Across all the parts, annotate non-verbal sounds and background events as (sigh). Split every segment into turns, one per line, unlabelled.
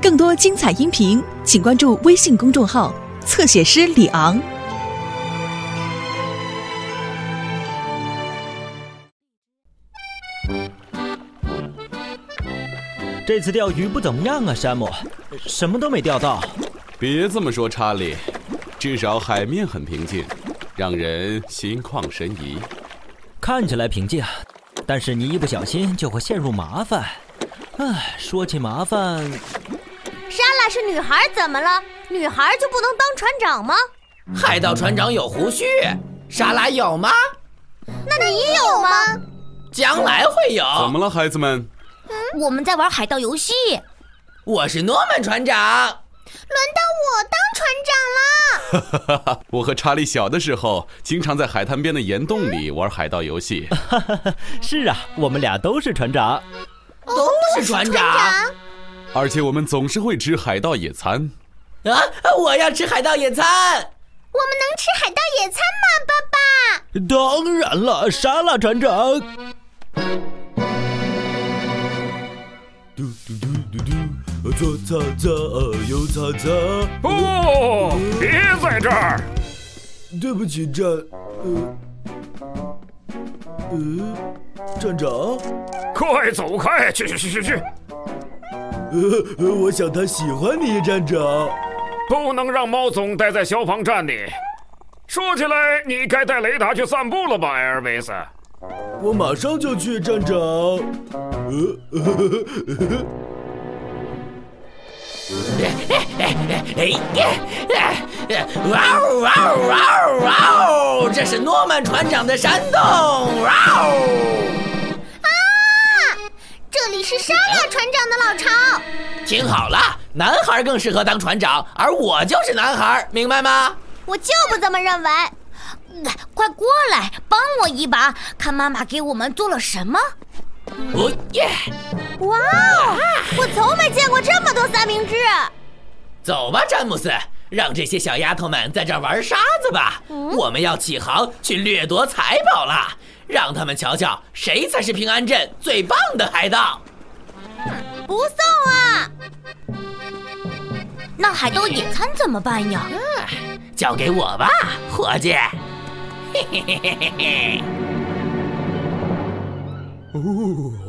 更多精彩音频，请关注微信公众号“侧写师李昂”。
这次钓鱼不怎么样啊，山姆，什么都没钓到。
别这么说，查理，至少海面很平静，让人心旷神怡。
看起来平静，啊但是你一不小心就会陷入麻烦。唉，说起麻烦， (laughs)
莎拉是女孩怎么了？女孩就不能当船长吗？
海盗船长有胡须，莎拉有吗？
那你有吗？
将来会有。
怎么了，孩子们？ (laughs)
我们在玩海盗游戏，轮
我是诺曼船长，
到我当船长
(laughs)
了。
我和查理小的时候，经常在海滩边的岩洞里玩海盗游戏。
是啊，我们俩都是船长。
都是船长
而且我们总是会吃海盗野餐。
啊！我要吃海盗野餐。
我们能吃海盗野餐吗，爸爸？
当然了，莎拉船长。
嘟嘟嘟嘟嘟，左擦擦，右擦擦。
不，别在这儿！
对不起，站，呃，呃，站长，
快走开！去去去去去！
呃，呃我想他喜欢你，站长。
不能让猫总待在消防站里。说起来，你该带雷达去散步了吧，艾尔维斯？
我马上就去，站长。呃，
哎呀！哎哎哇哦哇哦哇哦哇哦！这是诺曼船长的山洞。哇哦！
这里是莎拉船长的老巢。
听好了，男孩更适合当船长，而我就是男孩，明白吗？
我就不这么认为。快过来帮我一把，看妈妈给我们做了什么。
哦耶！
哇哦，我从没见过这么多三明治。
走吧，詹姆斯，让这些小丫头们在这儿玩沙子吧。我们要起航去掠夺财宝啦！让他们瞧瞧谁才是平安镇最棒的海盗。
不送啊！那海盗野餐怎么办呀？
交给我吧，伙计。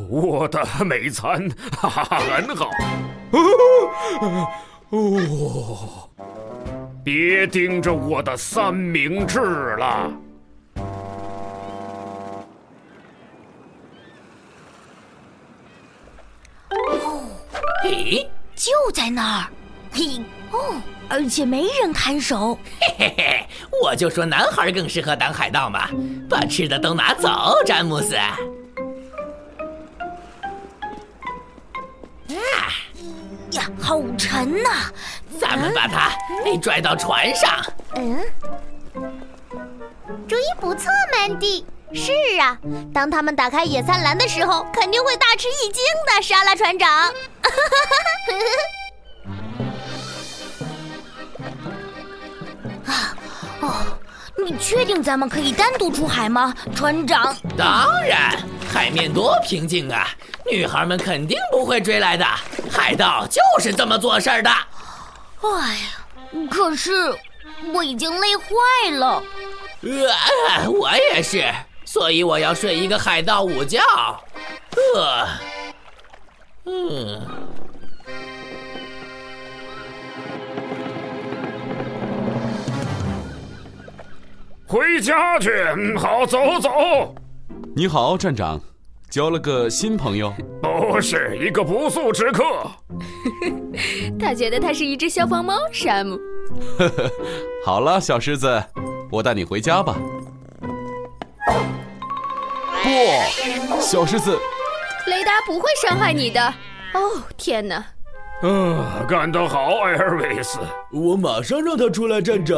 我的美餐，哈哈哈，很好。 (laughs) 哦，别盯着我的三明治了。
嘿
就在那儿。嘿哦，而且没人看守。
嘿嘿，我就说男孩更适合当海盗嘛，把吃的都拿走，詹姆斯。啊，
呀，好沉呐、
咱们把他哎拽到船上。
嗯，主意不错，Mandy。是啊，当他们打开野餐篮的时候，肯定会大吃一惊的，莎拉船长。 (laughs) 啊，哦，你确定咱们可以单独出海吗，船长？
当然，海面多平静啊，女孩们肯定不会追来的。海盗就是这么做事儿的。
哎呀，可是我已经累坏了。
呃，我也是，所以我要睡一个海盗午觉。呃，嗯，
回家去，嗯好走走。
你好，站长，交了个新朋友。
不是一个不速之客。
他觉得它是一只消防猫，山姆。
好了，小狮子，我带你回家吧。不，小狮子，
雷达不会伤害你的。哦，天哪！
啊，干得好，艾尔维斯。
我马上让他出来，站长。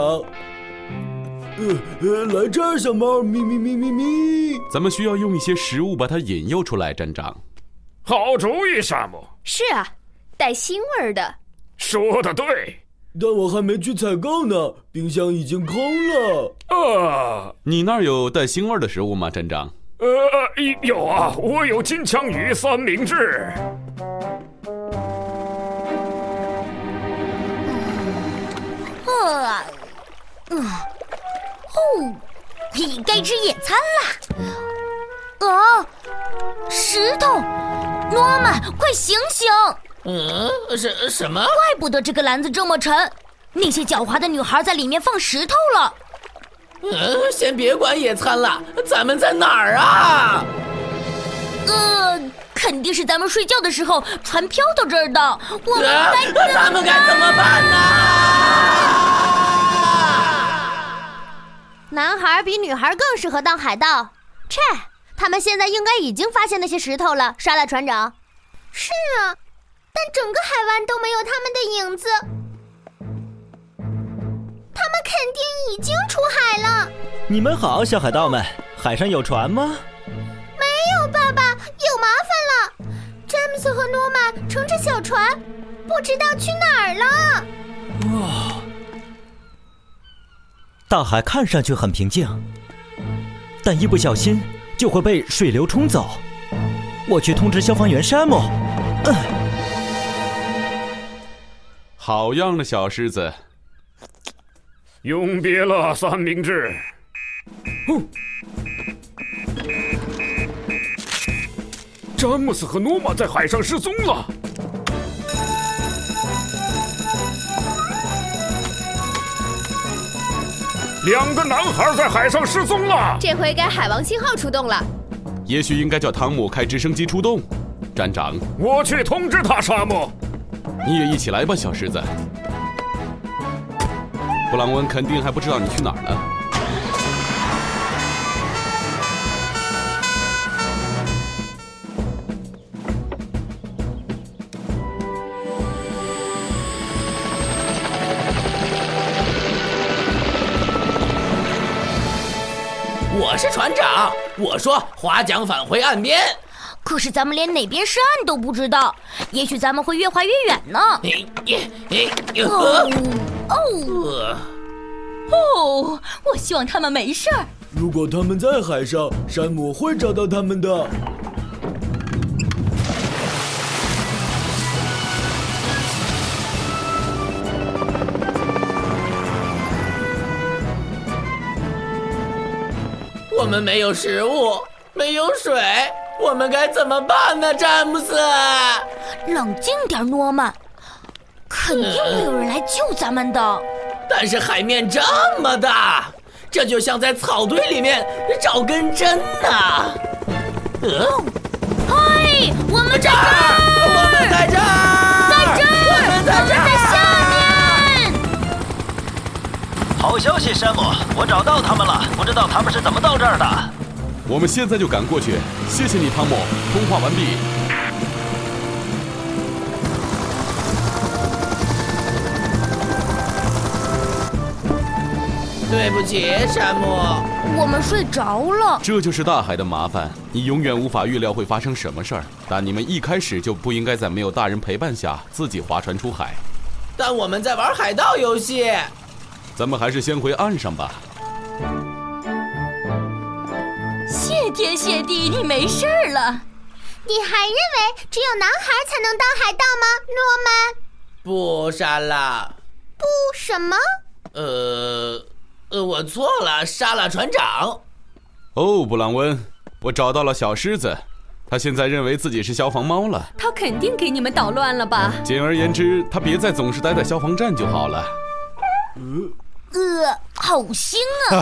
呃呃，来这儿，小猫，咪咪咪咪咪。
咱们需要用一些食物把它引诱出来，站长。
好主意，山姆，
是啊，带腥味儿的。
说的对。
但我还没去采购呢，冰箱已经空了。
啊，呃
你那儿有带腥味儿的食物吗，站长？
呃，有啊，我有金枪鱼三明治。
呃哦吃野餐啦！哦，石头，诺曼，快醒醒！
嗯，什什么？
怪不得这个篮子这么沉，那些狡猾的女孩在里面放石头了。
嗯，先别管野餐了，咱们在哪儿啊？
呃，肯定是咱们睡觉的时候船飘到这儿的。我们
啊
该，
那咱们该怎么办呢？
男孩比女孩更适合当海盗。切，他们现在应该已经发现那些石头了。杀了船长。是啊，但整个海湾都没有他们的影子。他们肯定已经出海了。
你们好，小海盗们，海上有船吗？
没有，爸爸，有麻烦了。詹姆斯和诺曼乘着小船，不知道去哪儿了。
大海看上去很平静，但一不小心就会被水流冲走。我去通知消防员山姆。
好样的，小狮子！
永别了，三明治。詹姆斯和诺玛在海上失踪了。两个男孩在海上失踪了。
这回该海王星号出动了。
也许应该叫汤姆开直升机出动。站长，
我去通知他，沙漠。
你也一起来吧，小狮子。布朗温肯定还不知道你去哪儿呢。
(laughs) 我是船长，我说划桨返回岸边。
可是咱们连哪边是岸都不知道，也许咱们会越划越远呢。
你你你，
哦
呃
哦
呃
哦！我希望他们没事儿。
如果他们在海上，山姆会找到他们的。
我们没有食物，没有水，我们该怎么办呢？詹姆斯，
冷静点，诺曼，肯定会有人来救咱们的。
但是海面这么大，这就像在草堆里面找根针呐、呃，
嘿，我们
这
在
儿，我们在这儿，在这儿，我们在这儿，
下面。
好消息，山姆，我找到他们了。不知道他们是怎么到这儿的。
我们现在就赶过去。谢谢你，汤姆。通话完毕。
对不起，山姆。
我们睡着了。
这就是大海的麻烦，你永远无法预料会发生什么事儿。但你们一开始就不应该在没有大人陪伴下自己划船出海。
但我们在玩海盗游戏。
咱们还是先回岸上吧。
谢天谢地，你没事儿了。你还认为只有男孩才能当海盗吗，诺曼？
不，莎拉，
不，什么？
呃，呃，我错了，莎拉船长。
哦，布朗温，我找到了小狮子，他现在认为自己是消防猫了。
他肯定给你们捣乱了吧？
简而言之，他别再总是待在消防站就好了。
呃，好腥啊！